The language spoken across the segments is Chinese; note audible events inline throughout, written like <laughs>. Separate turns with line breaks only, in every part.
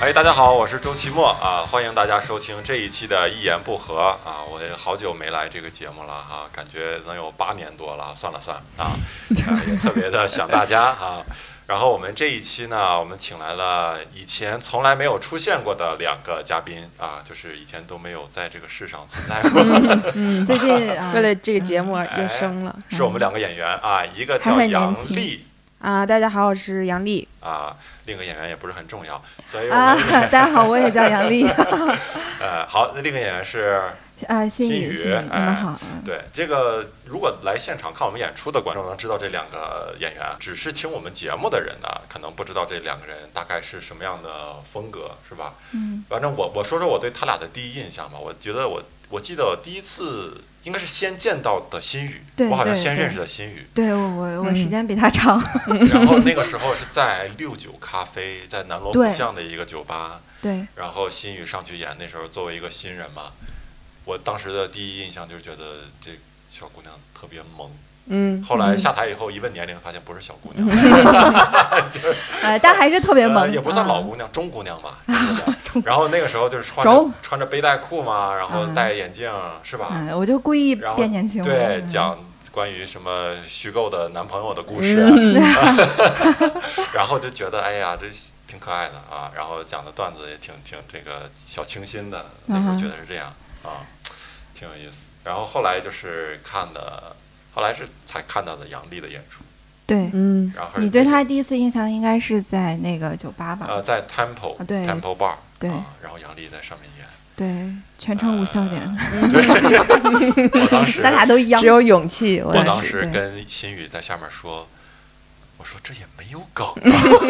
哎，大家好，我是周奇墨啊，欢迎大家收听这一期的《一言不合》啊，我也好久没来这个节目了哈、感觉能有八年多了，算了算啊，啊也特别的想大家 <laughs> 啊。然后我们这一期呢，我们请来了以前从来没有出现过的两个嘉宾啊，就是以前都没有在这个世上存在过，
<laughs> 嗯，
<laughs>
最近啊
为了这个节目而
哎
又生了
是我们两个演员啊，一个
还
叫
很年
杨
轻
丽
啊！大家好，我是杨丽，
啊，另一个演员也不是很重要，所以我
啊 <laughs>
们，
大家好，我也叫杨
<laughs>
丽
呃，好，那另一个演员是
啊，新
新
宇，
宇
新宇，你
哎
们好，嗯
对，这个如果来现场看我们演出的观众能知道这两个演员，只是听我们节目的人呢，可能不知道这两个人大概是什么样的风格，是吧？
嗯，
反正我我说说我对他俩的第一印象吧，我觉得我我记得我第一次应该是先见到的新宇，
对
我好像
对
先
对
认识的新宇，
对我我我
嗯
时间比他
<laughs>
长，
然后那个时候是在六九咖啡，在南锣鼓
对
巷的一个酒吧，
对，
然后新宇上去演，那时候作为一个新人嘛，我当时的第一印象就是觉得这小姑娘特别萌。
嗯，
后来
嗯
下台以后一问年龄，发现不是小姑娘，
呃，但还是特别
呃
萌，
也不算老
啊
姑娘，中姑娘
<laughs>
吧。就是这样然后那个时候就是穿
中
着穿着背带裤嘛，然后
嗯
戴眼镜是吧？
嗯，我就故意
啊然后
变年轻，
对，
嗯
讲关于什么虚构的男朋友的故事，
嗯，
<laughs> 然后就觉得哎呀，这挺可爱的啊。然后讲的段子也挺挺这个小清新的，那时候
嗯哼
觉得是这样啊，挺有意思。然后后来就是看的，后来是才看到的杨笠的演出，
对，
<laughs> 嗯，
然后
你对他第一次印象应该是在那个酒吧吧？
呃，在 Temple、
啊对
Temple Bar
对
啊，然后杨笠在上面演，
<laughs> 对，全程无笑点，
呃对，我当时
咱俩都一样
只，有勇气，我
我
对
当
是
时
对
跟新宇在下面说，我说这也没有梗啊，
<laughs> <laughs>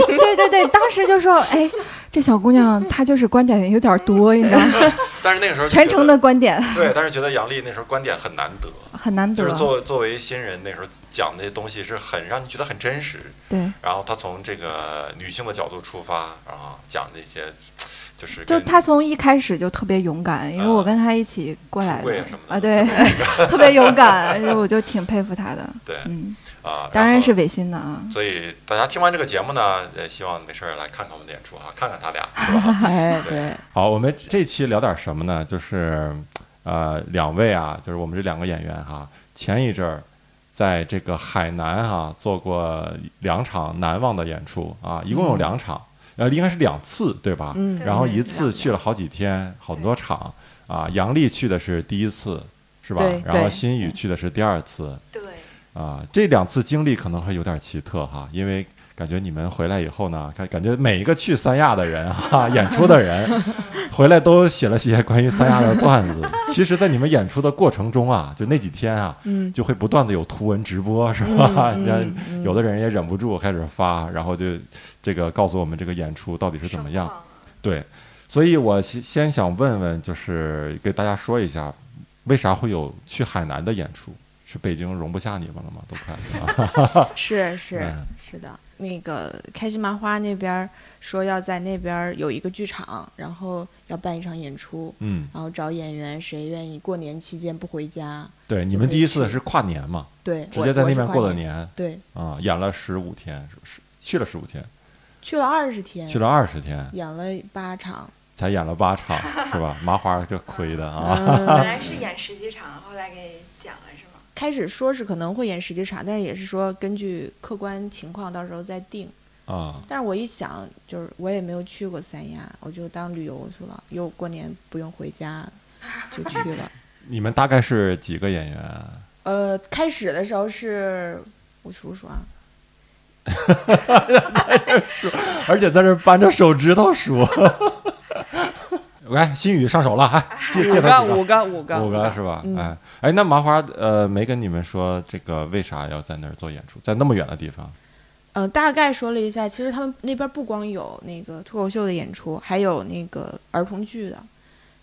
对对对，当时就说，哎，这小姑娘她就是观点有点多，你知道
<laughs>
吗？
但是那个时候就
全
觉
程
得
的观点
对，但是觉得杨笠那时候观点很难得，
很难
就是
得，
作作为新人那时候讲那些东西是很让你觉得很真实，
对，
然后他从这个女性的角度出发，然后讲那些就是
就
跟
他从一开始就特别勇敢，因为我跟他一起过来
出啊柜
的
啊什么的
啊，对，特别勇敢，然后我就挺佩服他的。
对
嗯，
啊，
当然
后
是违心的啊。
所以大家听完这个节目呢，呃，希望没事儿来看看我们的演出啊，看看他俩。
<laughs> 哎，对，
好，我们这期聊点什么呢？就是，呃，两位啊，就是我们这两个演员哈、前一阵儿在这个海南哈、做过两场难忘的演出啊，一共有两场，呃，应该是两次对吧？
嗯，
然后
对
一次去了好几天，好多场啊。杨丽去的是第一次，是吧
对？
然后
对
新宇去的是第二次
对，
啊。这两次经历可能会有点奇特哈，因为感觉你们回来以后呢，感感觉每一个去三亚的人
<laughs>
哈，演出的人回来都写了些关于三亚的段子。其实，在你们演出的过程中啊，就那几天啊，
嗯，
就会不断的有图文直播， <laughs> 是吧？
嗯
你看
嗯嗯
有的人也忍不住开始发，然后就这个告诉我们这个演出到底是怎么样。
啊
对，所以我先先想问问，就是给大家说一下，为啥会有去海南的演出？是北京容不下你们了吗？都快啊是吧？
是是
嗯
是的，那个开心麻花那边儿说要在那边儿有一个剧场，然后要办一场演出，
<laughs> 嗯，
然后找演员谁愿意过年期间不回家，
对，你们第一次是跨年嘛，
对，
直
我
接在
我
那
是
边
跨
过的
年，
年
对，
啊、演了十五天，是是去了十五天，
去了二十天，
去了二十天，
演了八场，
才演了八场，是吧？麻花就亏的
<laughs>
啊。
嗯
本来是演十几场，后来给讲了是吗？
开始说是可能会演十几场，但是也是说根据客观情况到时候再定。
啊、
但是我一想，就是我也没有去过三亚，我就当旅游去了，又过年不用回家，就去了。
你们大概是几个演员啊？
呃，开始的时候是我数数啊，
而且在这扳着手指头 <laughs> 数。来，新宇上手了，哎， <laughs> 介介
五
绍几个
个五个五个
五个是吧？
嗯
哎哎，那麻花呃没跟你们说这个为啥要在那儿做演出，在那么远的地方？嗯
呃，大概说了一下，其实他们那边不光有那个脱口秀的演出，还有那个儿童剧的。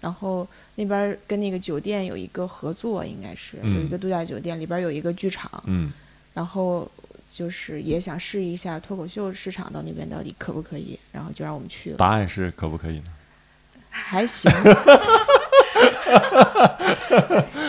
然后那边跟那个酒店有一个合作，应该是有一
嗯
个度假酒店，里边有一个剧场，
嗯
然后就是也想试一下脱口秀市场到那边到底可不可以，然后就让我们去了，
答案是可不可以呢？
还行。
这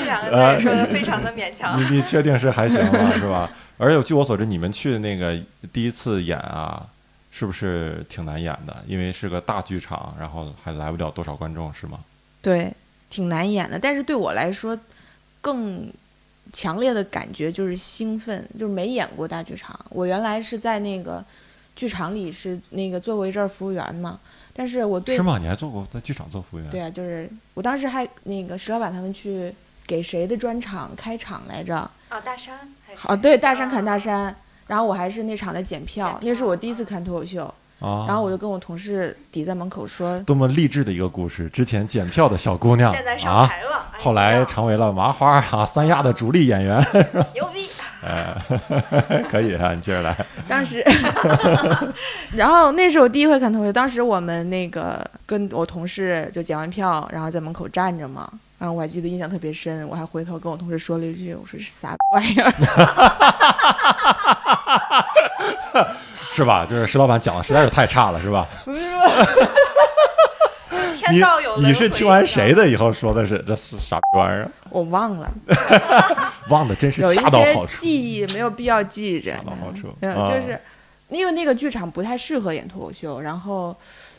两个字
呃
儿说的非常的勉强。
你你确定是还行吗？是吧？而且据我所知，你们去那个第一次演啊，是不是挺难演的？因为是个大剧场，然后还来不了多少观众，是吗？
对，挺难演的。但是对我来说，更强烈的感觉就是兴奋，就是没演过大剧场。我原来是在那个剧场里是那个做过一阵儿服务员嘛，但是我对
是吗？你还做过在剧场做服务员？
对啊，就是我当时还那个石老板他们去给谁的专场开场来着？
哦，大山还是
哦，对，大山砍大
啊
山。然后我还是那场的检票，
检
那是我第一
票
次看脱口秀。
啊，
然后我就跟我同事抵在门
<laughs>
口说，
多么励志的一个故事！之前检票的小姑娘
现在上
啊，
台了，哎
后来成为了麻花啊 <laughs> 三亚的主力演员，
牛
<laughs>
逼，
可以啊，你接着来。
当时， <laughs> 然后那是我第一回看脱口秀。当时我们那个跟我同事就检完票，然后在门口站着嘛。然后我还记得印象特别深，我还回头跟我同事说了一句：“我说是啥玩意儿
是
<laughs>
吧？就是石老板讲的实在是太差了，是吧？
天
你
道有轮回。
你是听完谁的以后说的是这是啥逼玩意儿？？”
我忘了，
忘的 <laughs> 真是
有一
恰到
些
好处，
记忆没有必要记着
恰。到好处。
嗯，
啊
就是因为那个剧场不太适合演脱口秀，然后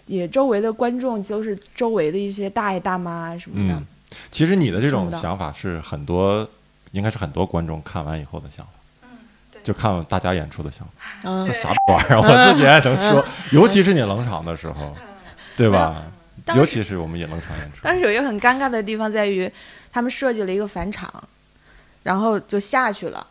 也周围的观众都是周围的一些大爷大妈什么的。
嗯，其实你的这
听
种
不到
想法是很多，应该是很多观众看完以后的想法，
嗯，对，
就看大家演出的想法。
嗯
这
对
啥逼玩意儿？我自己也能说，尤其是你冷场的时候，
嗯
对吧？
嗯当
尤
时
其是我们也冷场演出，
但是有一个很尴尬的地方在于，他们设计了一个返场，然后就下去了，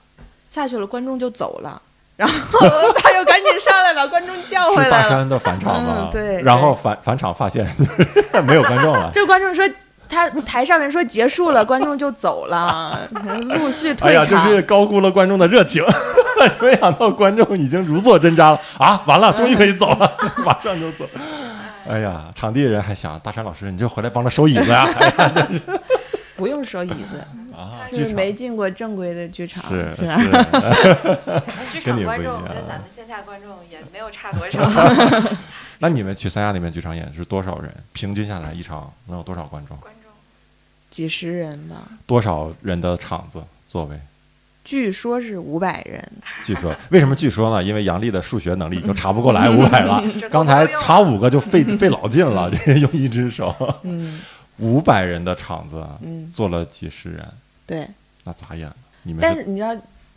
下去了，观众就走了，然后 <laughs> 他又赶紧上来把观众叫 <laughs> 回
是大
来了。
山的返场嘛
嗯，对
然后返返场发现 <laughs> 没有观众了。
这观众说，他台上的人说结束了，观众就走了，陆续
哎
<laughs> 退
呀，这
场。
是高估了观众的热情， <laughs> 没想到观众已经如坐针毡了啊！完
嗯
了，终于可以走了， <laughs> 马上就走。哎呀，场地人还想大山老师，你就回来帮着收椅子
<laughs>
呀！哎呀
不用收椅子，
啊，
就
剧
是
场
没进过正规的剧场，
是
吧？
是，哎
剧
跟
场
你
观
不一
众
样
跟
啊
咱们线下观众也没有差
<laughs>
多少。
那你们去三亚那边剧场演是多少人？平均下来一场能有多少观众？
观众
几十人吧，
多少人的场子座位？
据说是五百人，
据说为什么据说呢？因为杨丽的数学能力就查不过来五百了，<laughs>
这都
刚才
不用
查五个就费费老劲了，这用一只手。
嗯
五百人的场子啊
嗯，
坐了几十人，
对。
那咋演呢？你们
但是你知道，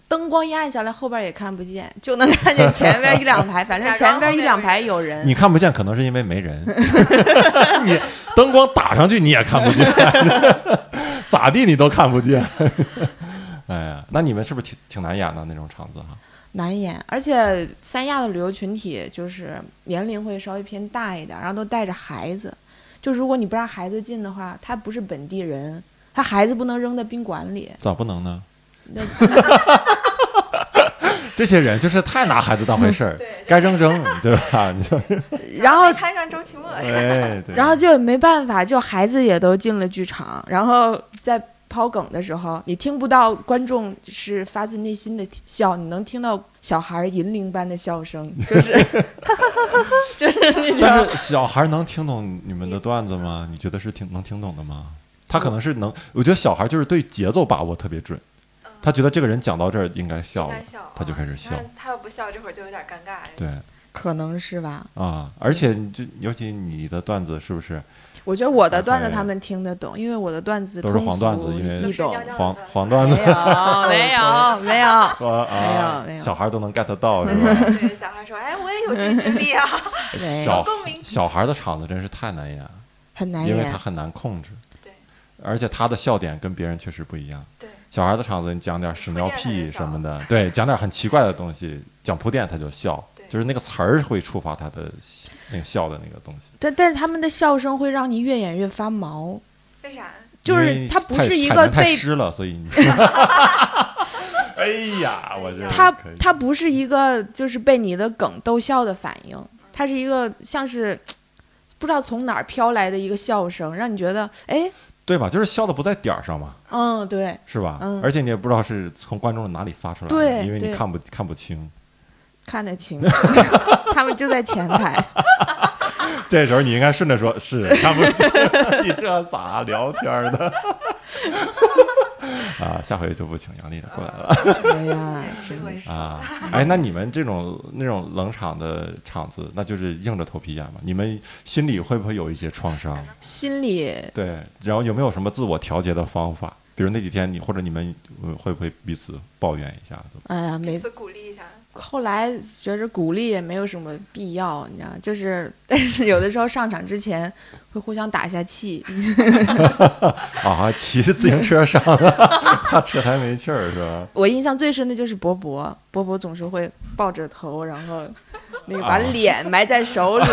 灯光压下来，后边也看不见，就能看见前边一两 <laughs> 排，反正
假装
前边一两排有人。
你看不见，可能是因为没人， <laughs> 你灯光打上去你也看不见， <laughs> 咋地你都看不见。 <laughs> 哎呀，那你们是不是挺挺难演的那种场子哈？
难演，而且三亚的旅游群体就是年龄会稍微偏大一点，然后都带着孩子。就如果你不让孩子进的话，他不是本地人，他孩子不能扔在宾馆里。
咋不能呢？
那 <laughs>
这些人就是太拿孩子当回事儿，
对，
该扔扔，对吧？你就 <laughs>
然后，
摊上周奇墨， <laughs>
哎，对。
然后就没办法，就孩子也都进了剧场，然后在抛梗的时候，你听不到观众是发自内心的笑，你能听到小孩银铃般的笑声，就是就是那种。
<laughs> 但是小孩能听懂你们的段子 <laughs> 吗？你觉得是听能听懂的吗？他可能是能，我觉得小孩就是对节奏把握特别准，
嗯
他觉得这个人讲到这儿应该
应
笑了
该，笑，
他就
啊
开始
你
笑
看他要不笑，这会儿就有点尴尬。
对
可能是吧，
啊，而且你就尤其你的段子是不是
我觉得我的
大概
段子他们听得懂，因为我的段子
都是
通
黄
俗
段子因为
都
易
是
懂
尿。尿
黄
的
黄段
没
子
有，哎没有，没有。
<laughs> 和啊
没有没有
小孩都能 get 到是吧？
对，小孩说：“哎，我也有这个经历
<laughs>
啊，
<laughs> 没
小
有 <laughs> 共鸣。
小孩的场子真是太难演，
很难
因为他
演。
很难控制，
对，
而且他的笑点跟别人确实不一样。”
对，
小孩的场子，你讲点屎尿
铺垫
屁
他就笑
什么的，对，讲点很奇怪的东西，讲铺垫他就笑
对，
就是那个词儿会触发他的那个笑的那个东西。
但但是他们的笑声会让你越演越发毛，
为啥？
就是他
他
不是一个
太
被
湿了，所以你。
<laughs>
哎呀，我这
他
可以
他不是一个就是被你的梗逗笑的反应，他是一个像是不知道从哪儿飘来的一个笑声，让你觉得哎，
对吧？就是笑的不在点儿上嘛，
嗯，对，
是吧？
嗯
而且你也不知道是从观众哪里发出来的，
对
因为你
对
看不看不清。
看得清，他们就在前排。
这时候你应该顺
<laughs>
着说，是看不清，你这咋聊天儿的？ <laughs> 啊，下回就不请杨丽了，过来了。
哎
<laughs>
呀，
嗯这
真
会
的
说
啊，哎，那你们这种那种冷场的场子，那就是硬着头皮演嘛。你们心里会不会有一些创伤？
心里
对，然后有没有什么自我调节的方法？比如那几天你或者你们呃会不会彼此抱怨一下子？
哎呀，
彼
每
此鼓励一下，
后来觉着鼓励也没有什么必要，你知道，就是 <laughs> 但是有的时候上场之前会互相打一下气，
啊，骑自行车上， <laughs> 怕车还没气儿是吧？
我印象最深的就是博博，博博总是会抱着头，然后那个把
啊
脸埋在手里，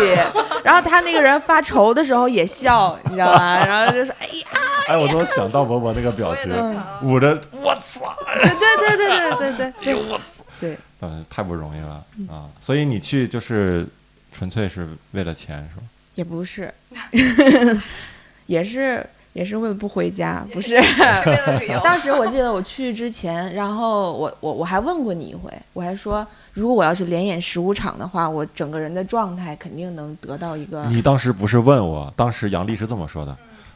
然后他那个人发愁的时候也笑，你知道吧？然后就说：“哎呀，
哎，我都想到伯伯那个表
我也
情，
能想。
捂着我操，哎
对对对对嗯 <laughs> 对对
<laughs>
对对，对
嗯，太不容易了啊！所以你去就是纯粹是为了钱是吧？
也不是， <laughs> 也是也是为了不回家，不是。”
是为了旅游，。
当时我记得我去之前，然后我我我还问过你一回，我还说如果我要是连演十五场的话，我整个人的状态肯定能得到一个。
你当时不是问我，当时杨丽是这么说的：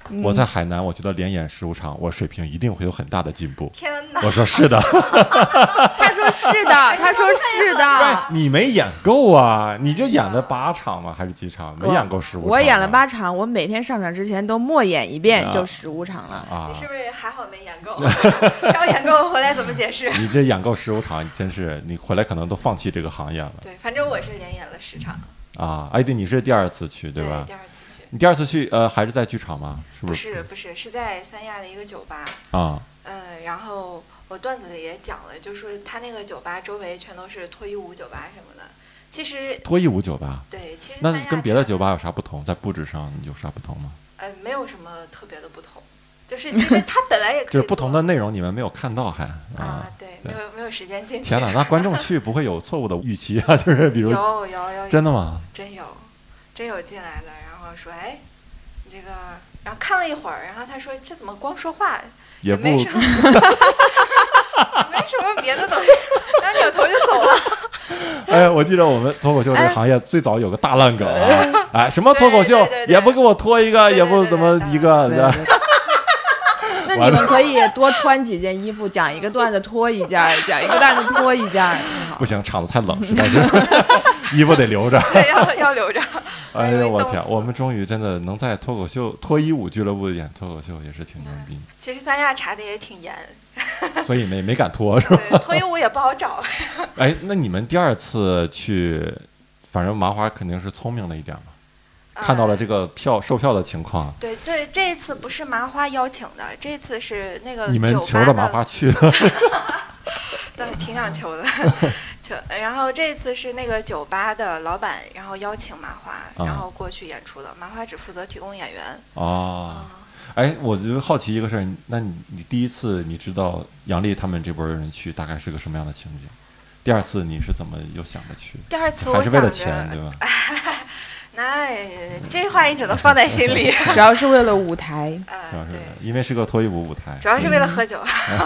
嗯
我在海南，我觉得连演十五场，我水平一定会有很大的进步
天哪！
我说是
<laughs>
的，
他说是的，他说是 <laughs> 的，
你没演够啊，你就演了八场吗？还是几场？没演够十五场啊。
我演了八场，我每天上场之前都默演一遍
啊，
就十五场
<laughs>
了。
<laughs> 啊
你！是不是还好没演
<laughs>
够？要演够回来怎么解释？ <laughs>
你这演够十五场，真是你回来可能都放弃这个行业了
对，反正我是连演了十场，
啊！哎，对，你是第二次去
对
吧
第？二次去，
你第二次去呃还是在剧场吗？是
不
不
是不是是在三亚的一个酒吧，
啊？
嗯，然后我段子里也讲了，就是他那个酒吧周围全都是脱衣舞酒吧什么的。其实
脱衣舞酒吧，
对，其实
那
三亚
跟别的
这
酒吧有啥不同？在布置上有啥不同吗？
呃没有什么特别的不同，就是其实他本来也可以
就是不
做
同的内容你们没有看到还啊
啊？，对，
对
没有没有时间进去。
天哪，那观众去不会有错误的预期啊？ <laughs> 就是比如
有有有
真的吗？
真有，真有进来的，然后说，哎，你这个，然后看了一会儿，然后他说，这怎么光说话，
也不
没什么， <laughs> 没什么别的东西，然后扭头就走了。
哎，我记得我们脱口秀这个行业最早有个大烂梗啊，哎，什么脱口秀
哎对对对对
也不给我脱一个，
对对
也不怎么一个，
对
是吧
对 <laughs> 对那你们可以多穿几件衣服，讲一个段子脱一件，讲一个段子脱一件，挺好
不。行，场子太
<laughs>
冷，实在是 <laughs> 衣服得留着。
对，要要留着。
哎
容
呦
易
我
冻
天，
死
我们终于真的能在脱口秀脱衣舞俱乐部演脱口秀，也是挺牛逼，
其实三亚查的也挺严，
所以没没敢脱是吧？
对，脱衣舞也不好找。
哎，那你们第二次去，反正麻花肯定是聪明了一点嘛，看到了
嗯
这个票售票的情况，
对对，这一次不是麻花邀请的，这一次是那个
你们
呃酒
求
吧
着
的
麻花去了
对，挺想求的，
<laughs>
求。然后这次是那个酒吧的老板，然后邀请麻花，然
啊
后过去演出的。麻花只负责提供演员。
<laughs> 哦。
啊，
哎，我就好奇一个事儿，那你你第一次你知道杨丽他们这波人去大概是个什么样的情景？第二次你是怎么又想着去？
第二次
还
我
是为
想
了
着，啊
钱对吧？
哎，这话你只能放在心
<laughs>
里。
主要是为了舞台，
啊
主要，是嗯
对，
因为是个脱衣舞舞台，
主要是为了喝酒。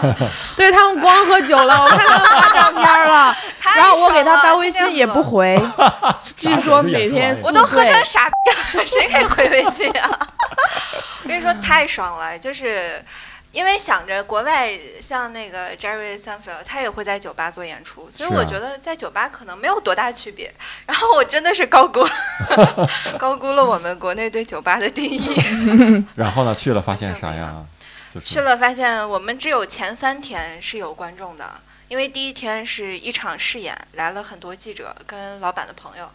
<laughs> 对他们光喝酒了，我看他们发照片了。
太
然后我
爽
给他
了
发微
今天
信也不
喝
回，据说每天
我
我都喝
宿
成
醉
傻逼了，谁给回微信啊？ <laughs> 我跟你说太爽了，就是因为想着国外像那个 Jerry Seinfeld，他也会在酒吧做演出，所以
是啊
我觉得在酒吧可能没有多大区别。然后我真的是高估高估了我 <laughs> 们国内对酒吧的定义。
然后呢去了发现啥样啊？就是
去了发现我们只有前三天是有观众的，因为第一天是一场试演，来了很多记者跟老板的朋友；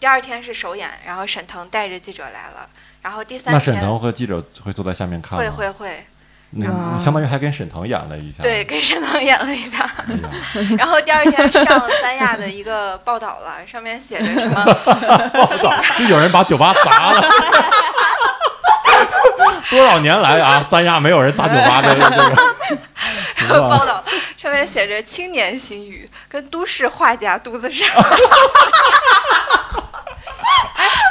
第二天是首演，然后沈腾带着记者来了，然后第三
那沈腾
天
和记者会坐在下面看吗？
会会会，
你
啊
你相当于还跟沈腾演了一下。
对，跟沈腾演了一下。
哎呀，
然后第二天上三亚的一个报道了，上面写着什么？
<laughs> 我操！就有人把酒吧砸了。 <laughs> 多少年来啊，三亚没有人砸酒吧
<laughs>
的这个。行吧
报道上面写着“青年心语”跟都市画家肚子上。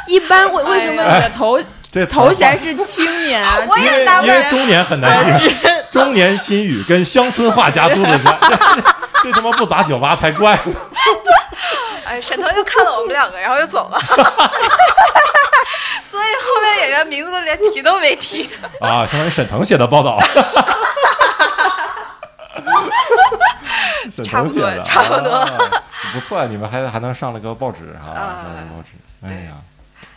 一般为为什么你的头
这
头衔是青年啊？
我也纳
因
闷
为
儿，
中年很
哎
难定， <laughs> 中年心语跟乡村话夹肚子夹， <laughs> 这他妈不砸酒吧才怪呢。
哎，沈腾就看了我们两个，然后就走了。 <laughs> 所以后面演员名字连提都没提，
啊，相当于沈腾写的报道。
差不
狗血
多
的，
差不多。
啊不错呀，你们还还能上了个报纸哈，
啊
上了个报纸。哎
对
呀，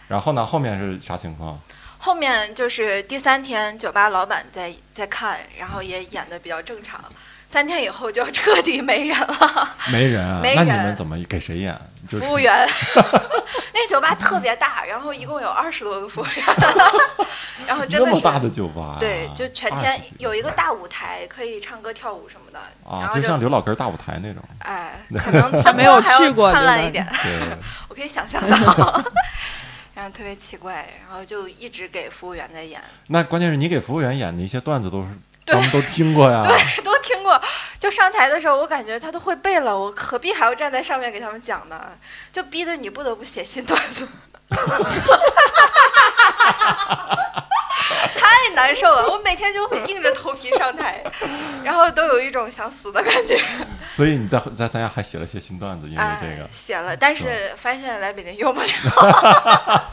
然后呢？后面是啥情况？
后面就是第三天，酒吧老板在在看，然后也演的比较正常。三天以后就彻底没人了， <laughs>
没人啊？
没
那你
人
们怎么给谁演？就是
服务员。 <laughs> 那酒吧特别大，然后一共有二十多个服务员， <laughs> 然后真
那
的
么
是
大的酒吧啊，
对，就全
20
天
几
有一个大舞台，可以唱歌跳舞什么的。然
啊，
后
就像刘老根儿大舞台
<laughs>
那种。 <laughs>
哎，可能灯
<laughs>
光
没有
还要
去过
灿
真
烂
的
一点。
对，
我可以想象到， <laughs> 然后特别奇怪，然后就一直给服务员在演，
那关键是你给服务员演的一些段子都是，
对
咱们都听过呀。
<laughs> 对， <laughs> 都听过。就上台的时候，我感觉他都会背了，我何必还要站在上面给他们讲呢？就逼得你不得不写新段子， <laughs> 太难受了。我每天就会硬着头皮上台，然后都有一种想死的感觉。
所以你在在三亚还写了些新段子，因为
哎，
这个。
写了，但
是
是发现来北京用不了。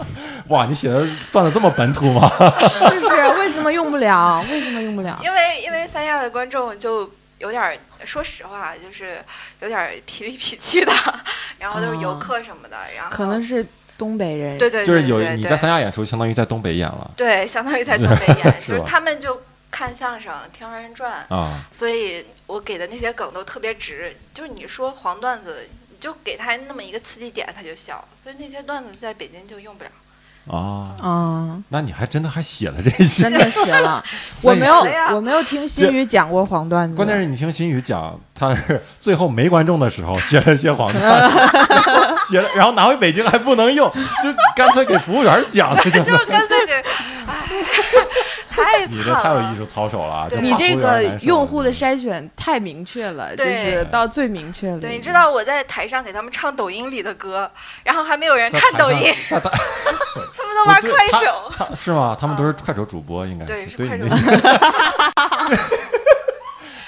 哇，你写的段子这么本土吗？
就是为什么用不了？为什么用不
<laughs>
了？
因为因为三亚的观众就有点儿，说实话啊就是有点儿 <laughs> 痞里痞气的，然后都是游
哦
客什么的，然后
可能是东北人，
对对对
就是有
对
你
对
在三亚演出，相当于在东北演了
对，相当
<laughs>
于在东北演，
是
就是
吧
他们就看相声、听二人转，
啊。
所以我给的那些梗都特别直，就是你说黄段子。你就给他那么一个刺激点，他就笑，所以那些段子在北京就用不了。
啊，
嗯，
那你还真的还写了这些 <laughs>
真。的写了，
我没有
谁 <laughs>
啊
呀，
我没有听新宇讲过黄段子。
关键是你听新宇讲，他是最后没观众的时候写了些黄段子， <laughs> 写了，然后拿回北京还不能用，就干脆给服务员讲了。就
就是干脆给，哎， <laughs> 太
你
惨
这太有
了
艺。术操守了啊，
对
就
你
怕
这
服务员
个
难受嗯
用户的筛选太明确了，就
对
是到最明确了。
对，嗯你知道我在台上给他们唱抖音里的歌，然后还没有人看抖音， <laughs>
在台上，哦
他们都玩
不对
快手。
他他是吗？他们都是快手主播，应该
<laughs> 对
是
是
对
快
你
手
那些，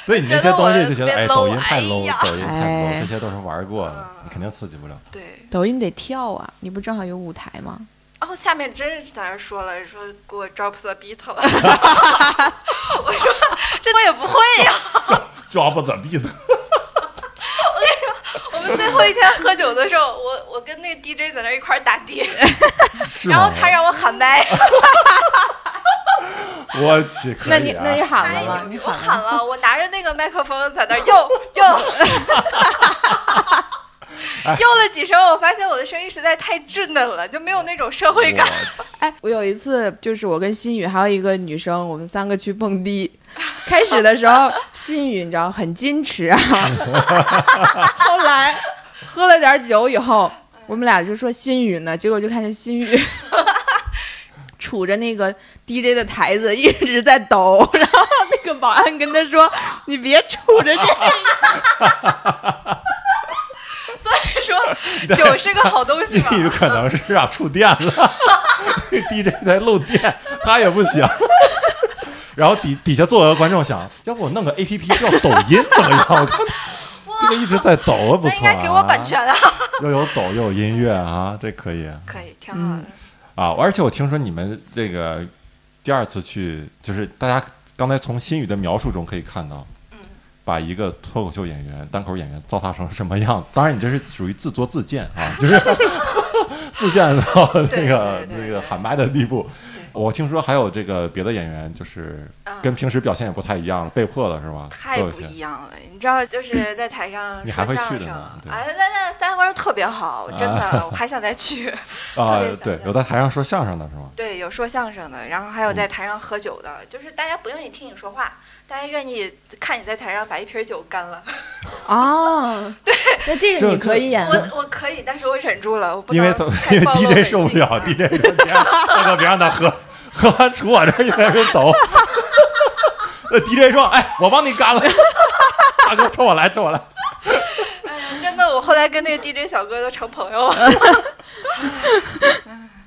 对你这些东西就觉得
觉得
哎，抖
我特别 low，
音太
哎
low，
呀
抖音太 low，
哎
这些都是玩过的，
嗯
你肯定刺激不了。
对，
抖音得跳啊，你不正好有舞台吗？
然后下面真是在那儿说了，说给我 drop the beat
<laughs>
了。我 <laughs> 说这我也不会呀。
抓不咋地的，
我们最后一天喝酒的时候，我我跟那个 DJ 在那儿一块儿打碟，
是
然后
吗？
他让我喊麦，
我去，可
那
以
你
啊
那你喊
太
了吗？
牛
你
哎逼！我
喊
喊
了吗。
了，我拿着那个麦克风在那儿又
<laughs>
又。又了几声，我发现我的声音实在太稚嫩了，就没有那种社会感。
我
哎，我有一次就是我跟新宇还有一个女生，我们三个去蹦迪。开始的时候，新宇你知道很矜持啊， <laughs> 后来喝了点酒以后，我们俩就说新宇呢，结果就看见新 <laughs> 宇杵着那个 DJ 的台子一直在抖，然后那个保安跟他说：“你别杵着这个。
所以 <laughs> 说，酒是个
<laughs>
好东西嘛。
有可能是啊，触电了 <laughs> ，DJ 在漏电，他也不行。 <laughs> 然后底底下坐有个观众想，要不我弄个 A P P 叫抖音怎么样？我看这个一直在抖啊，不
那
错、啊。
应该给我版权啊！
又有抖又有音乐啊，这可以啊
可以，挺好的。
啊！而且我听说你们这个第二次去，就是大家刚才从新宇的描述中可以看到，
嗯
把一个脱口秀演员、单口演员糟蹋成什么样。当然，你这是属于自作自贱啊，就是 <laughs> 自贱到那
对
个
对对
那
对
个喊麦的地步
对。
我听说还有这个别的演员，就是
嗯
跟平时表现也不太一样了，被迫的是吧？
太
都有
不
些
一样了，你知道，就是在台上
你
说
还会
相
去的
声
呢
啊，
对
那那三个观众特别好，真的，我还想再去。 <laughs>
啊
特别，想
对，
象
有在台上说相声的是吗？
对，有说相声的，然后还有
嗯
在台上喝酒的，就是大家不愿意听你说话，大家愿意看你在台上把一瓶酒干了。
哦，对，那这
这
个你可以演吗？
我我可以，但是我忍住了，我不
啊因为
能
他
太
因为
暴露
DJ 受不了
本性
，DJ
啊
说别让大哥别让他喝，喝完杵我这儿就在这抖。 <laughs> 那 DJ 说：“哎，我帮你干了。” <laughs> 大哥冲我来，冲我来。
<laughs> 真的，我后来跟那个 DJ 小哥都成朋友
啊
了。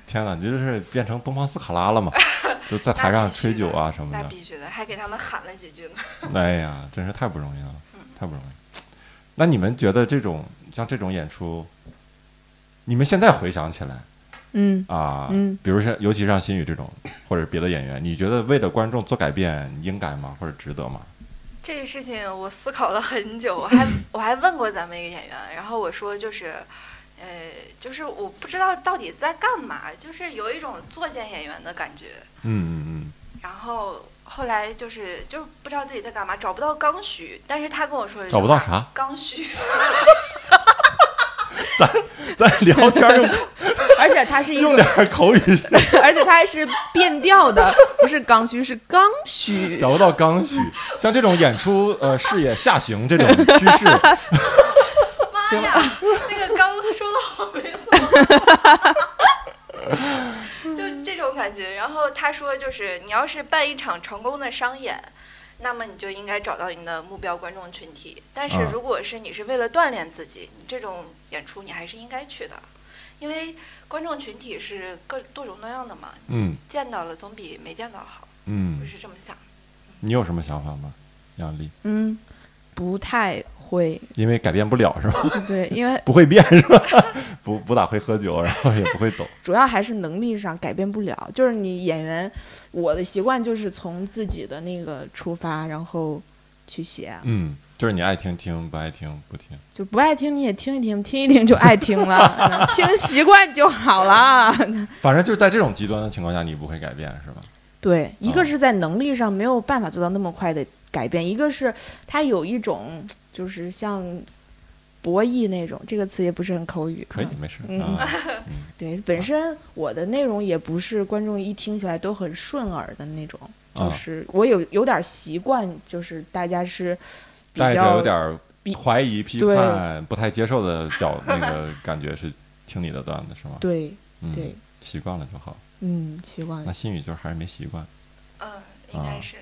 天哪，你这是变成东方斯卡拉 <laughs> 了嘛？就在台上吹酒啊什么
那
的。
必须的，还给他们喊了几句呢。
哎呀，真是太不容易了，太不容易。那你们觉得这种像这种演出，你们现在回想起来
嗯
啊，
嗯
比如像尤其像新宇这种，或者别的演员，你觉得为了观众做改变，你应该吗？或者值得吗？
这个事情我思考了很久，
<laughs>
我还我还问过咱们一个演员，然后我说就是，呃，就是我不知道到底在干嘛，就是有一种作践演员的感觉。
嗯嗯
然后后来就是就是不知道自己在干嘛，找不到刚需，但是他跟我说一句
找不到
话
啥
刚需，
嗯，咱聊天
<laughs>
用
而且它是一
用
种，
点儿口语， <laughs>
而且它还是变调的，不是刚需，是刚需。
找不到刚需。像这种演出呃视野下行这种趋势，
妈呀，那个刚说的好猥琐， <laughs> 就这种感觉。然后他说，就是你要是办一场成功的商演，那么你就应该找到你的目标观众群体。但是
啊
如果是你是为了锻炼自己，你这种演出你还是应该去的，因为观众群体是各多种多样的嘛，
嗯
见到了总比没见到好，我
嗯，
是这么想的。
你有什么想法吗，杨丽？
嗯，不太会，
因为改变不了是吧？ <laughs>
对，因为
不会变是吧？ <laughs> 不不咋会喝酒，然后也不会抖。
主要还是能力上改变不了。就是你演员，我的习惯就是从自己的那个出发，然后去写，
<laughs>
啊
嗯，就是你爱听听，不爱听不听。
就不爱听你也听一听，听一听就爱听
<laughs>
了，听习惯就好了。
反正就是在这种极端的情况下，你不会改变是吧？
对，一
啊
个是在能力上没有办法做到那么快的改变，一个是他有一种就是像博弈那种，这个词也不是很口语。
可以
嗯，
没事
嗯
啊。
对，本身我的内容也不是观众一听起来都很顺耳的那种，
啊
就是我有有点习惯，就是大家是比
带着
较
有点儿
比
怀疑、批
对
判、不太接受的角那个
<laughs>
感觉是听你的段子是吗？
对
嗯
对，
习惯了就好。
嗯习惯
那
了。
新宇就是还是没习惯。
嗯，应该是。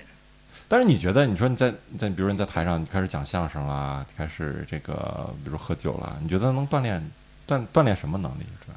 但是你觉得，你说你在你在，比如说你在台上，你开始讲相声啦，开始这个，比如喝酒啦，你觉得能锻炼锻锻炼什么能力？主要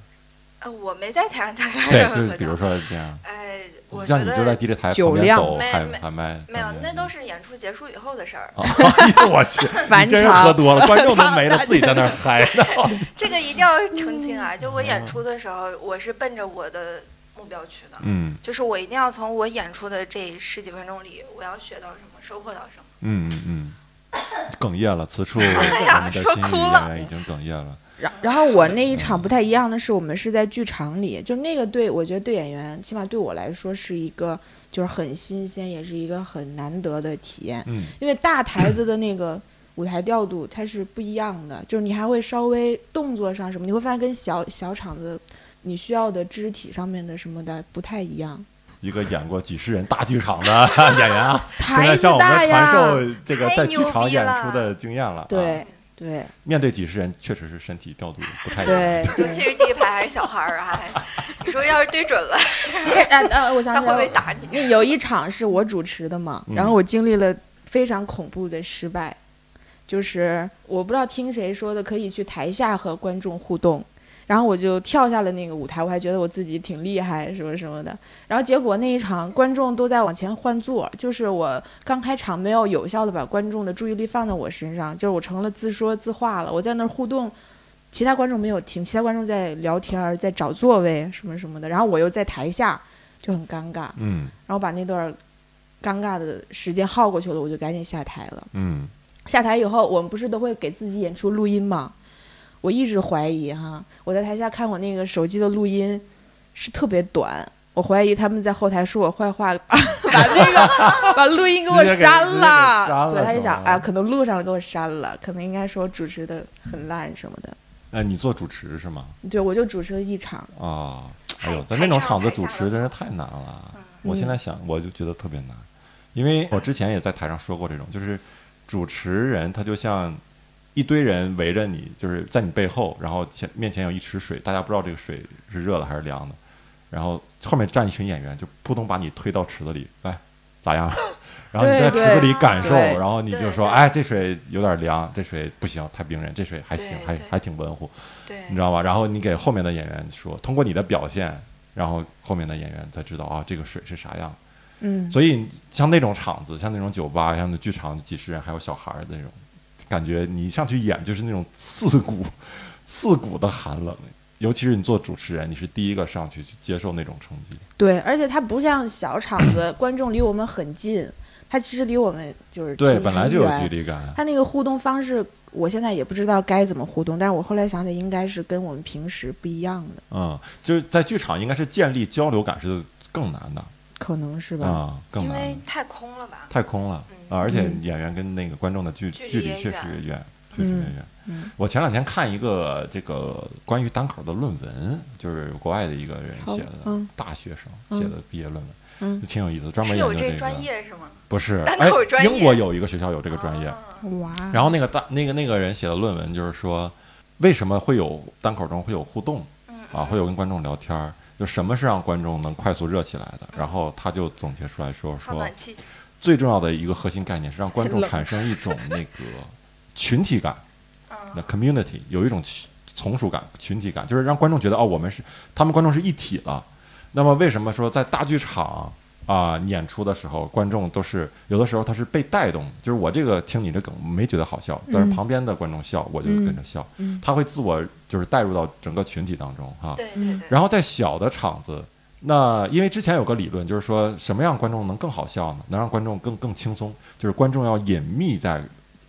呃，我没在台上大家
对
任，何
就是比如
的，
说这样，
哎，我觉
像你
得
就在地铁台旁
酒
边
量
抖
没
喊
没
喊麦，
没有，那都
是。
是演出结束以后的事儿。
啊！哎呦我
<laughs>
去，
返
你真是喝
场
多了，观众都没了，自己在那儿嗨呢。
这个一定要澄清啊！就我演出的时候，我是奔着我的目标去的，
嗯
就是我一定要从我演出的这十几分钟里，我要学到什么，收获到什么。
嗯嗯嗯，哽咽了，此
<laughs>
处我
哎呀
们的
说
新
哭
语演
了
员已经哽咽了。
然然后我那一场不太一样的是，我们是在剧场里，就那个对我觉得对演员，起码对我来说是一个就是很新鲜，也是一个很难得的体验，
嗯
因为大台子的那个舞台调度它是不一样的，就是你还会稍微动作上什么，你会发现跟小小场子你需要的肢体上面的什么的不太一样。
一个演过几十人大剧场的 <laughs> 演员啊，正
台
在
子
向我们
大
传
呀，
授这个
太
在剧
牛
场
逼
演
了
出的经验了啊。
对对
面对几十人，确实是身体调度不太一样。
对
尤
对。
其是第一排还是小孩儿啊，还你说要是对准了，
哎哎哎，我想
他
起
会
来
不
了
会，打你？
那有一场是我主持的嘛，然后我经历了非常恐怖的失败，就是我不知道听谁说的，可以去台下和观众互动。然后我就跳下了那个舞台，我还觉得我自己挺厉害，什么什么的。然后结果那一场观众都在往前换座，就是我刚开场没有有效的把观众的注意力放到我身上，就是我成了自说自话了。我在那儿互动，其他观众没有听，其他观众在聊天儿，在找座位什么什么的。然后我又在台下，就很尴尬。
嗯
然后把那段尴尬的时间耗过去了，我就赶紧下台了。
嗯
下台以后，我们不是都会给自己演出录音吗？我一直怀疑哈，我在台下看我那个手机的录音是特别短，我怀疑他们在后台说我坏话， <laughs> 把
<laughs>
那个把录音给我
直接给
删
直接给删了
对，他
是
就想
吧
啊，可能录上了给我删了，可能应该说我主持的很烂什么的。
呃，你做主持是吗？
对，我就主持了一场，
啊，哎
太
呦，在
太
那种
上
场子
太
主
下
持
了
真是太难了。
嗯
我现在想，我就觉得特别难，因为我之前也在台上说过这种，就是主持人他就像一堆人围着你，就是在你背后，然后前面前有一池水，大家不知道这个水是热的还是凉的，然后后面站一群演员，就扑通把你推到池子里，来咋样？ <laughs> 然后你在
对
池
对
子里感受，
对
然后你就
对
说，
对
哎，这水有点凉，这水不行，太冰人，这水还行，
对
还
对
还挺文乎。
对，
你知道吗？然后你给后面的演员说，通过你的表现，然后后面的演员才知道啊，这个水是啥样。
嗯，
所以像那种场子，像那种酒吧，像那剧场，几十人还有小孩儿的那种，感觉你上去演就是那种刺骨、刺骨的寒冷。尤其是你做主持人，你是第一个上去去接受那种冲击。
对，而且它不像小场子，观众离我们很近，它其实离我们就是
对，
挺
本来就有
远
距离感。
他那个互动方式，我现在也不知道该怎么互动，但是我后来想想，应该是跟我们平时不一样的，
嗯，就是在剧场应该是建立交流感是更难的
可能是吧？
啊、更
因为
难，
太空了吧？
太空了啊！而且演员跟那个观众的距
嗯距离
距离
也
确实
远
也远，确实也远。
嗯
我前两天看一个这个关于单口的论文，就是国外的一个人
好
写的，
嗯
大学生
嗯
写的毕业论文，
嗯
就挺有意思，专门
是
研
有
究
这
个。
专业是吗？
不是，
单
哎
口专，业
英国有一个学校有这个专业，
啊
嗯哇，
然后那个大那个那个人写的论文就是说，为什么会有单口中会有互动
嗯
啊，会有跟观众聊天儿，就什么是让观众能快速热起来的？然后他就总结出来说
放
说
暖，气，
最重要的一个核心概念是让观众产生一种那个群体感，那
嗯
community 有一种群从属感、群体感，就是让观众觉得哦，我们是他们观众是一体了。那么为什么说在大剧场啊、演出的时候，观众都是有的时候他是被带动，就是我这个听你这梗没觉得好笑，但是旁边的观众笑，我就跟着笑，
嗯
他会自我就是带入到整个群体当中哈、
对对对，
然后在小的场子，那因为之前有个理论，就是说什么样观众能更好笑呢？能让观众更更轻松，就是观众要隐秘在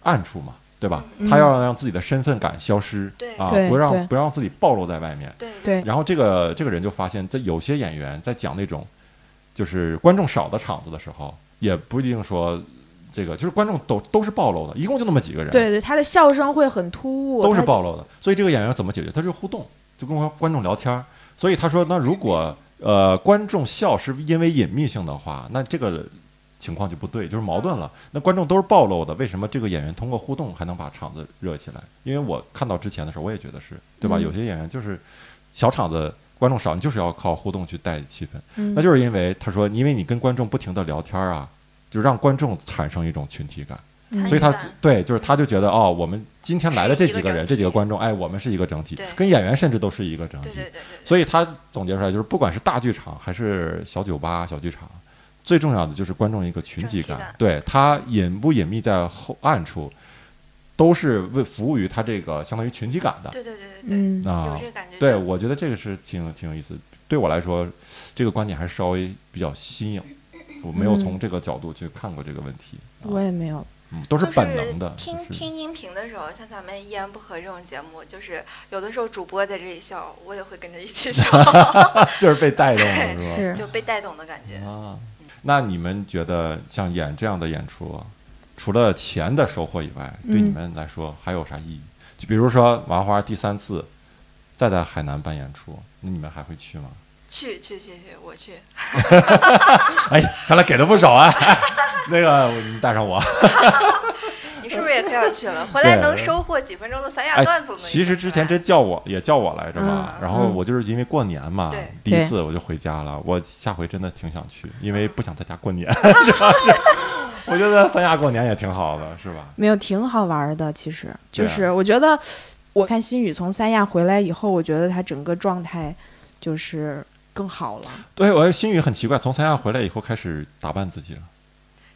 暗处嘛，对吧？他要让自己的身份感消失，
嗯对
啊，
对
不
对
让不让自己暴露在外面。
对
对
然后这个这个人就发现，在有些演员在讲那种就是观众少的场子的时候，也不一定说这个就是观众都都是暴露的，一共就那么几个人，
对对，他的笑声会很突兀，
都是
他
暴露的。所以这个演员怎么解决？他就互动，就跟观众聊天儿。所以他说，那如果呃观众笑是因为隐秘性的话，那这个情况就不对，就是矛盾了。
嗯
那观众都是暴露的，为什么这个演员通过互动还能把场子热起来？因为我看到之前的时候，我也觉得是对吧？
嗯
有些演员就是小场子。观众少，你就是要靠互动去带气氛，
嗯
那就是因为他说，因为你跟观众不停的聊天儿啊，就让观众产生一种群体感。
参
所
与
以他
感
对，就是他就觉得哦，我们今天来的这几个
嗯是一个整
人，
体
这几个观众，哎，我们是一个整体
对，
跟演员甚至都是一个整体
对。对对对，
所以他总结出来就是，不管是大剧场还是小酒吧、小剧场，最重要的就是观众一个群体感
整体感，
对他隐不隐秘在后暗处，都是为服务于他这个相当于群体感的
对对对对对，
嗯
啊
有。这个感觉就，
对，我觉得这个是挺挺有意思。对我来说，这个观点还是稍微比较新颖，我没有
嗯
从这个角度去看过这个问题。啊
我也没有，
嗯，都
就是
本能的，
听
就是
听音频的时候，像咱们一言不合这种节目，就是有的时候主播在这里笑，我也会跟着一起笑，
<laughs>
<laughs>
就是被带动了，是吧？
是
就被带动的感觉。
啊，那你们觉得像演这样的演出，除了钱的收获以外，
嗯
对你们来说还有啥意义？就比如说麻花第三次再在海南办演出，那你们还会去吗？
去去去去，我去，
哎，看来给的不少
<laughs>
啊。哎那个，你带上我。
你是不是也快要去了？回来
对
能收获几分钟的三亚
哎
段子呢？
其
你
实
说
之
是
前
吧
真叫我也叫我来着嘛，
嗯
然后我就是因为过年嘛
对，
第一
对
次我就回家了。我下回真的挺想去，因为不想在家过
<laughs>
年。是吧 <laughs> 是我觉得三亚过年也挺好的，是吧？
没有，挺好玩的。其实就
对啊
是我觉得，我看新宇从三亚回来以后，我觉得他整个状态就是更好了。
对，我心语很奇怪，从三亚回来以后开始打扮自己了，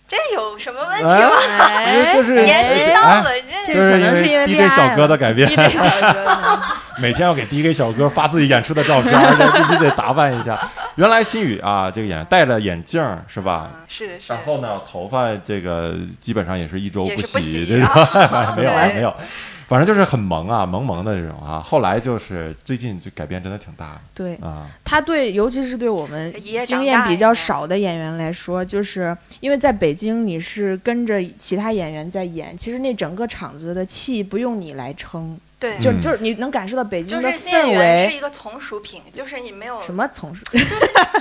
这有什么问题吗？
哎，就是
年纪到了，这
哎就是
可能是因为
DJ
恋爱
小哥的改变，
这小哥，
<laughs> 每天要给 DJ 小哥发自己演出的照片，而且必须得打扮一下。原来心语啊，这个演戴着眼镜儿是吧？
嗯是是
啊然，后呢，头发这个基本上也是一周
也是不
洗，
洗
这种 <laughs>
啊
没有啊
对
没有，反正就是很萌啊，萌萌的这种啊。后来就是最近就改变真的挺大
<laughs> 对
的啊，
他对，尤其是对我们
爷爷
经
长
验
大
比
一
较
点
少的演员来说，就是因为在北京你是跟着其他演员在演，其实那整个场子的气不用你来撑，
对，
就
嗯
就是你能感受到北京
哎就
的
是新演
氛
员是
围。
一个从属品，就是你没有
什么从事？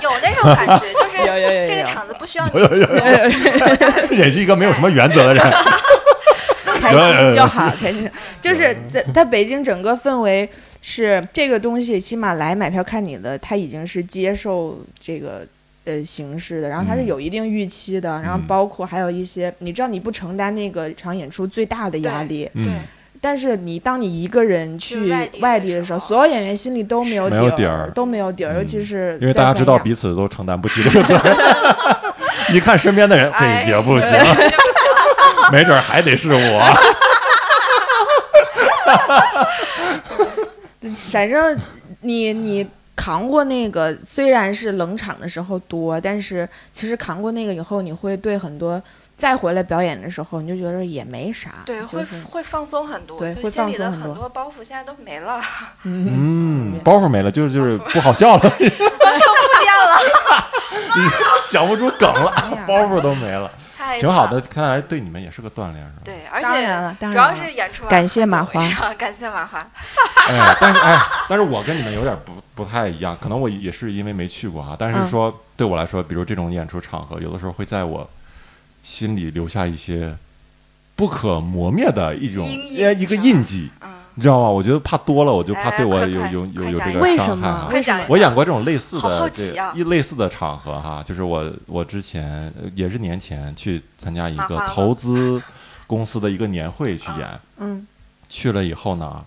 有那种感觉，
<laughs>
就是
哎
有有有
这个
有
场子不需要你
有有有哎也是一个没有什么原则的人。
开心就好，开 <laughs> 心就好。就是在在北京整个氛围是这个东西，起码来买票看你的，他已经是接受这个呃形式的，然后他是
嗯
有一定预期的，然后
嗯
包括还有一些，你知道你不承担那个场演出最大的压力，
嗯，
对，
但是你当你一个人
去
去
外地的
外地的时候，
时候
所有演员心里都没有
没有
底
底
儿
儿，
都没有底儿，
嗯
尤其是
因为
在
大家知道
三亚
彼此都承担不起这 <laughs> 个责任。一看身边的人，这一节
<laughs>
不行，
哎
没准儿还得是我。
反正你你扛过那个，虽然是冷场的时候多，但是其实扛过那个以后，你会对很多
再回来表演的时候，你就觉得也没啥，
对，
就
会
是
会放松很多，
对
就
会
心
放
里的
松很
很
多
多包袱现在都没
<laughs>
了，
嗯，包袱没了，就是就是不好笑了，
都成铺垫
<laughs>
了，
想不出梗了
哎呀，
包袱都没了，
太
挺好
惨
的。。看来对你们也是个锻炼，是吧？
对，而
当然了
且
当
主要
然了
是演出啊完
感谢
还
马
怎么样， <laughs> 感谢马华。
哎，但是哎，但是我跟你们有点不不太一样，可能我也是因为没去过啊。但是
嗯
说、对我来说，比如这种演出场合，有的时候会在我心里留下一些不可磨灭的一种
阴影
呃一个
是吧
印记，
嗯，
你知道吗？我觉得怕多了，我就怕
哎
对我
快
有
快
有有
快
有这
讲
个伤害
一讲
为什
哈。
快讲一
我
讲
演过这种类似
好好
的
奇
这
啊
一类似的场合哈，就是我我之前呃也是年前去参加一
麻
个
花吗
投资公司的一个年会去演，
嗯，
去了以后呢，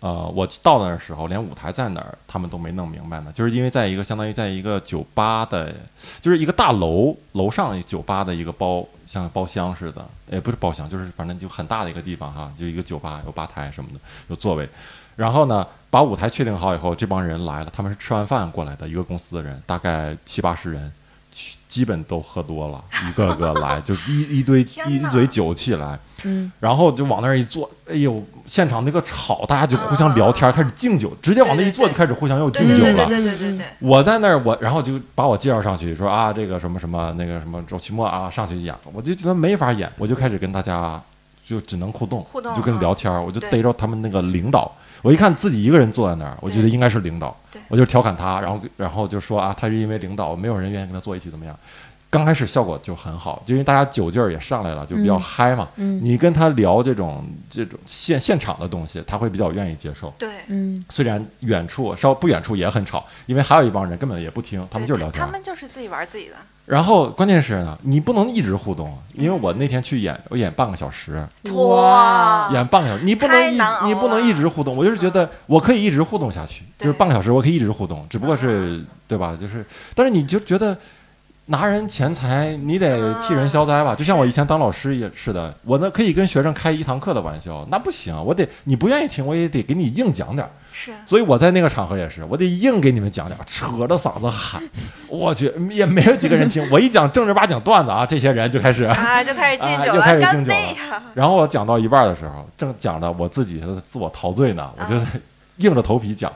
呃，我到那儿的时候连舞台在哪儿他们都没弄明白呢，就是因为在一个相当于在一个酒吧的，就是一个大楼楼上酒吧的一个包像包厢似的，也不是包厢，就是反正就很大的一个地方哈，就一个酒吧有吧台什么的，有座位。然后呢，把舞台确定好以后，这帮人来了，他们是吃完饭过来的，一个公司的人，大概七八十人，基基本都喝多了，一个个来，就一一堆
<laughs> 天
一一
哪
嘴酒气来，
嗯，
然后就往那儿一坐，哎呦，现场那个吵，大家就互相聊天，开始敬酒，直接往那一坐就
对对对
开始互相又
对
敬
对
酒
对
了。
对对对对
嗯
对，
我在那儿，我然后就把我介绍上去，说啊，这个什么什么，那个什么周奇墨啊，上去演，我就觉得没法演，我就开始跟大家就只能互动，
互动
就跟
嗯
聊天儿，我就
对
逮着他们那个领导，我一看自己一个人坐在那儿，我觉得
对
应该是领导
对，
我就调侃他，然后然后就说啊，他是因为领导，没有人愿意跟他坐一起，怎么样？刚开始效果就很好，就因为大家酒劲儿也上来了，就比较
嗯
嗨嘛。
嗯
你跟他聊这种这种现现场的东西，他会比较愿意接受。
对。
嗯，
虽然远处稍不远处也很吵，因为还有一帮人根本也不听，他们就是聊天
他。们就是自己玩自己的，
然后关键是呢，你不能一直互动啊，因为我那天去演，我演半个小时，<laughs>
哇，
演半个小时，你不能
太
一
难熬了啊
你不能一直互动。我就是觉得我可以一直互动下去，就
对
是
嗯
半个小时我可以一直互动，只不过是对吧？就是，但是你就觉得。拿人钱财，你
嗯
得替人消灾吧？就像我以前当老师也是的，我呢可以跟学生开一堂课的玩笑，那不行，啊我得你不愿意听，我也得给你硬讲点儿。
是
所以我在那个场合也是，我得硬给你们讲讲，扯着嗓子喊，我去，也没有几个人听。我一讲正儿八经段子啊，这些人就开始。
啊，就开始敬酒
啊又开
了，
始
干
敬酒
杯
了
呀！ <laughs>
然后我讲到一半的时候，正讲着我自己的自我陶醉呢，我就硬着头皮讲，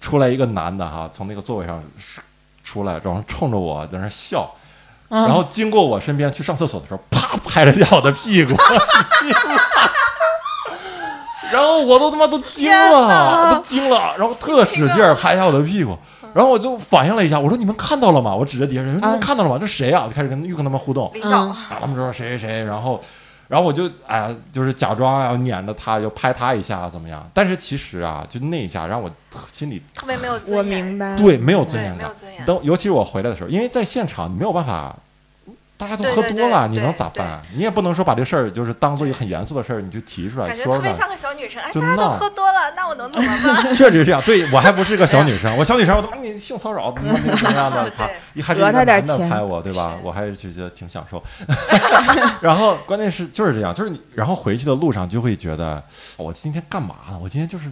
出来一个男的哈，从那个座位上出来，然后冲着我在那儿笑，
嗯
然后经过我身边去上厕所的时候，啪拍了一下我的屁股，然后我都他妈都惊了，都惊了，然后特使劲儿拍一下我的屁股，然后我就反应了一下，我说你们看到了吗？我指着底下人，你们看到了吗？这谁啊？我就开始跟又跟他们互动，
领导，
嗯
然后他们说谁谁谁，然后，然后我就哎呀，就是假装要撵着他，要拍他一下怎么样？但是其实啊，就那一下让我特心里
特别没有尊严，
我明白，
对没有尊
嗯对，
严
没
感
有。尊严，
等尤其是我回来的时候，因为在现场你没有办法，大家都
对
喝
对
多了，
对
你能
对
咋
对
办啊？你也不能说把这事儿就是当做一个
对
很严肃的事儿，你就提出来
感觉
说
特
出
别
来。
像个小女生。哎，
就
大家都
闹
喝多了，那我能怎么
<laughs>
办？
确实是这样，对我还不是个小女生，我小女生我他妈你性骚扰怎么怎么怎么样
<laughs>
的， <laughs> 他一还是一
讹
个
他点
男的
钱
拍我，对吧
是？
我还是觉得挺享受。 <laughs> 然后关键是就是这样，就是你然后回去的路上就会觉得我今天干嘛呢？我今天就是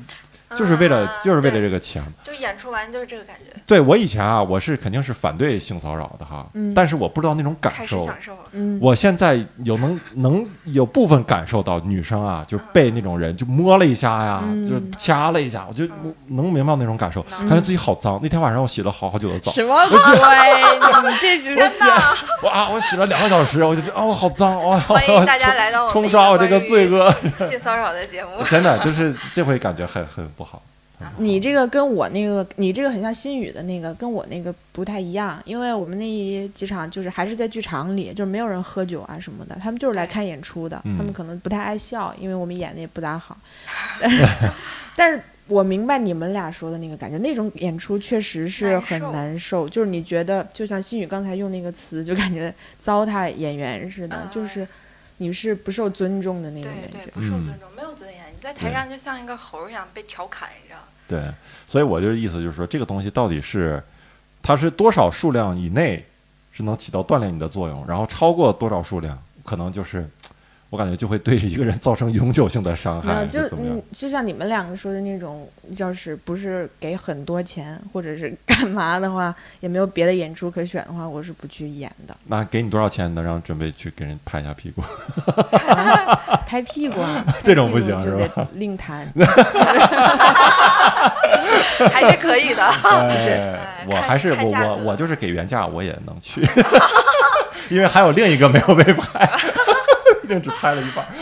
就是为了
嗯
就是为了
对
这个钱。
就演出完就是这个感觉，
对我以前啊，我是肯定是反对性骚扰的哈，
嗯
但是我不知道那种
开
感
始
受。
享受了。
嗯，
我现在有能能有部分感受到女生啊，就被那种人就摸了一下呀，
嗯
就掐了一下，我就
嗯
能明白那种感受，
能
感觉自己好脏。那天晚上我洗了好好久的澡，
什
<laughs>
么鬼？你这是真的？
我啊，我洗了两个小时，我就觉得啊，我好脏，哇，
欢迎大家
冲
来到我
<laughs>
们
冲
一
刷我这
关
个
于
罪
<laughs>
恶，
性骚扰的
<laughs>。
节目
真的就是这回感觉很很不好。嗯
你这个跟我那个，你这个很像新宇的那个，跟我那个不太一样，因为我们那一几场就是还是在剧场里，就是没有人喝酒啊什么的，他们就是来看演出的，
嗯
他们可能不太爱笑，因为我们演的也不咋好， <laughs> 但是。我明白你们俩说的那个感觉，那种演出确实是很
难受
难受，就是你觉得就像新宇刚才用那个词，就感觉糟蹋演员似的，
嗯
就是你是不受尊重的那种
对
嗯
感觉
对，。不受尊重，没有尊严。你在台上就像一个猴儿一样被调侃，你知道吗？
对，所以我就是意思就是说，这个东西到底是它是多少数量以内是能起到锻炼你的作用，然后超过多少数量，可能就是我感觉就会对一个人造成永久性的伤
没有，
害，
就
怎么样
嗯？，就像你们两个说的那种，要是不是给很多钱或者是 <laughs> 干嘛的话，也没有别的演出可选的话，我是不去演
<laughs>
的。
那给你多少钱能让准备去给人拍一下屁股？
拍屁
<laughs>，
股啊
这种不行
拍屁股
是
就得
<laughs>
另谈。
还是可以的。 <laughs>
哎我
呃看
还是我
看价
我
格
我就是给原价我也能去， <laughs> 因为还有另一个没有被
<laughs>
拍，毕竟只拍了一半儿，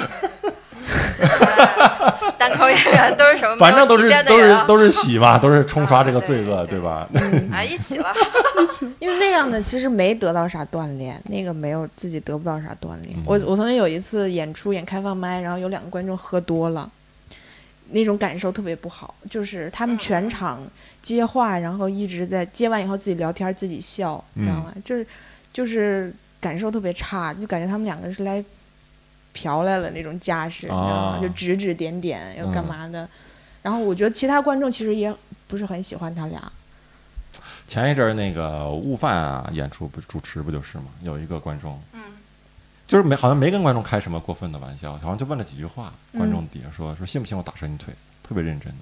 单口演员都是什么？
反正都是
没有底线
都
的人
是
啊
都是洗嘛，都是冲刷这个罪恶，
啊
对
对
吧？ <laughs>
嗯
啊，一起了。 <laughs>
因为那样的其实没得到啥锻炼，那个没有自己得不到啥锻炼。我
嗯
我曾经有一次演出演开放麦，然后有两个观众喝多了，那种感受特别不好，就是他们全场接话，然后一直在接完以后自己聊天自己笑，
嗯
知道吗？就是就是感受特别差，就感觉他们两个是来嫖来了那种架势，你知道
啊嗯
吗？就指指点点又干嘛的。然后我觉得其他观众其实也不是很喜欢
<laughs>
他俩，
前一阵儿那个悟饭啊演出不是主持不就是吗？有一个观众
嗯，
就是没好像没跟观众开什么过分的玩笑，好像就问了几句话，观
嗯
众底下说说信不信我打折你腿，特别认真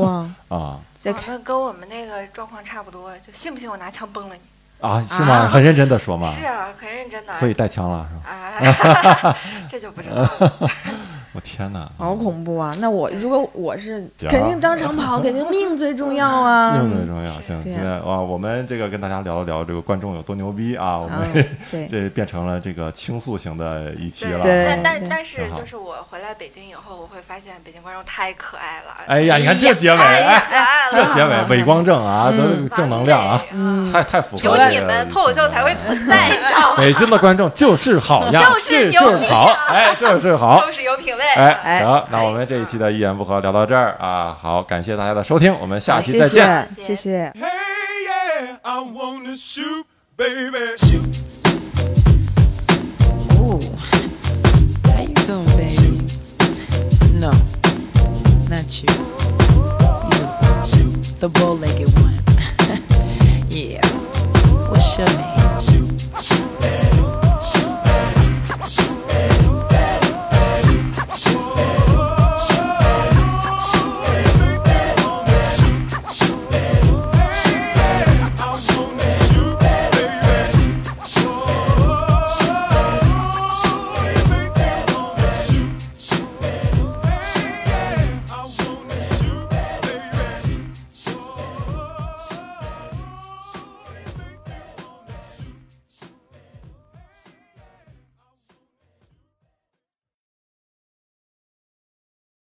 哇，
的啊
在
哦
看
那跟我们那个状况差不多，就信不信我拿枪崩了你？
啊是吗？很认真的说吗？
是啊，很认真的。
所以带枪了是吧？
啊，哎
<laughs>
这就不知道了。
我天哪，
好恐怖啊！那我如果我是，
行
肯定当场跑，肯定命最重要
嗯
啊！
啊 <laughs> 命最重要。
是
行，
对
现在啊，我们这个跟大家聊一聊这个观众有多牛逼啊，我 <laughs> 们
嗯，
对。
这变成了这个倾诉型的一期了。啊
对
但
对
但但是
挺好
就是我回来北京以后，我会发现北京观众太可爱了。
哎呀，你看这结尾，
太
哎，
可爱
这
了，
结尾伪光正啊，都正能量啊，
嗯，
太太符合
有
这个。
你们脱口秀才会存
<laughs>
在，你知道吗？
北京的观众就是好呀，
<laughs> 就
就是是
牛逼
好，哎，就是好。
<laughs> 就是有品位。
哎，
哎
行，那我们这一期的一言不合聊到这儿啊，好，感谢大家的收听，我们下期再见。
谢谢，谢谢。
Hey, yeah, I wanna shoot, baby. Shoot,
Oh,
Ooh. How you doing, baby? No, not you. You. The bowling
<laughs>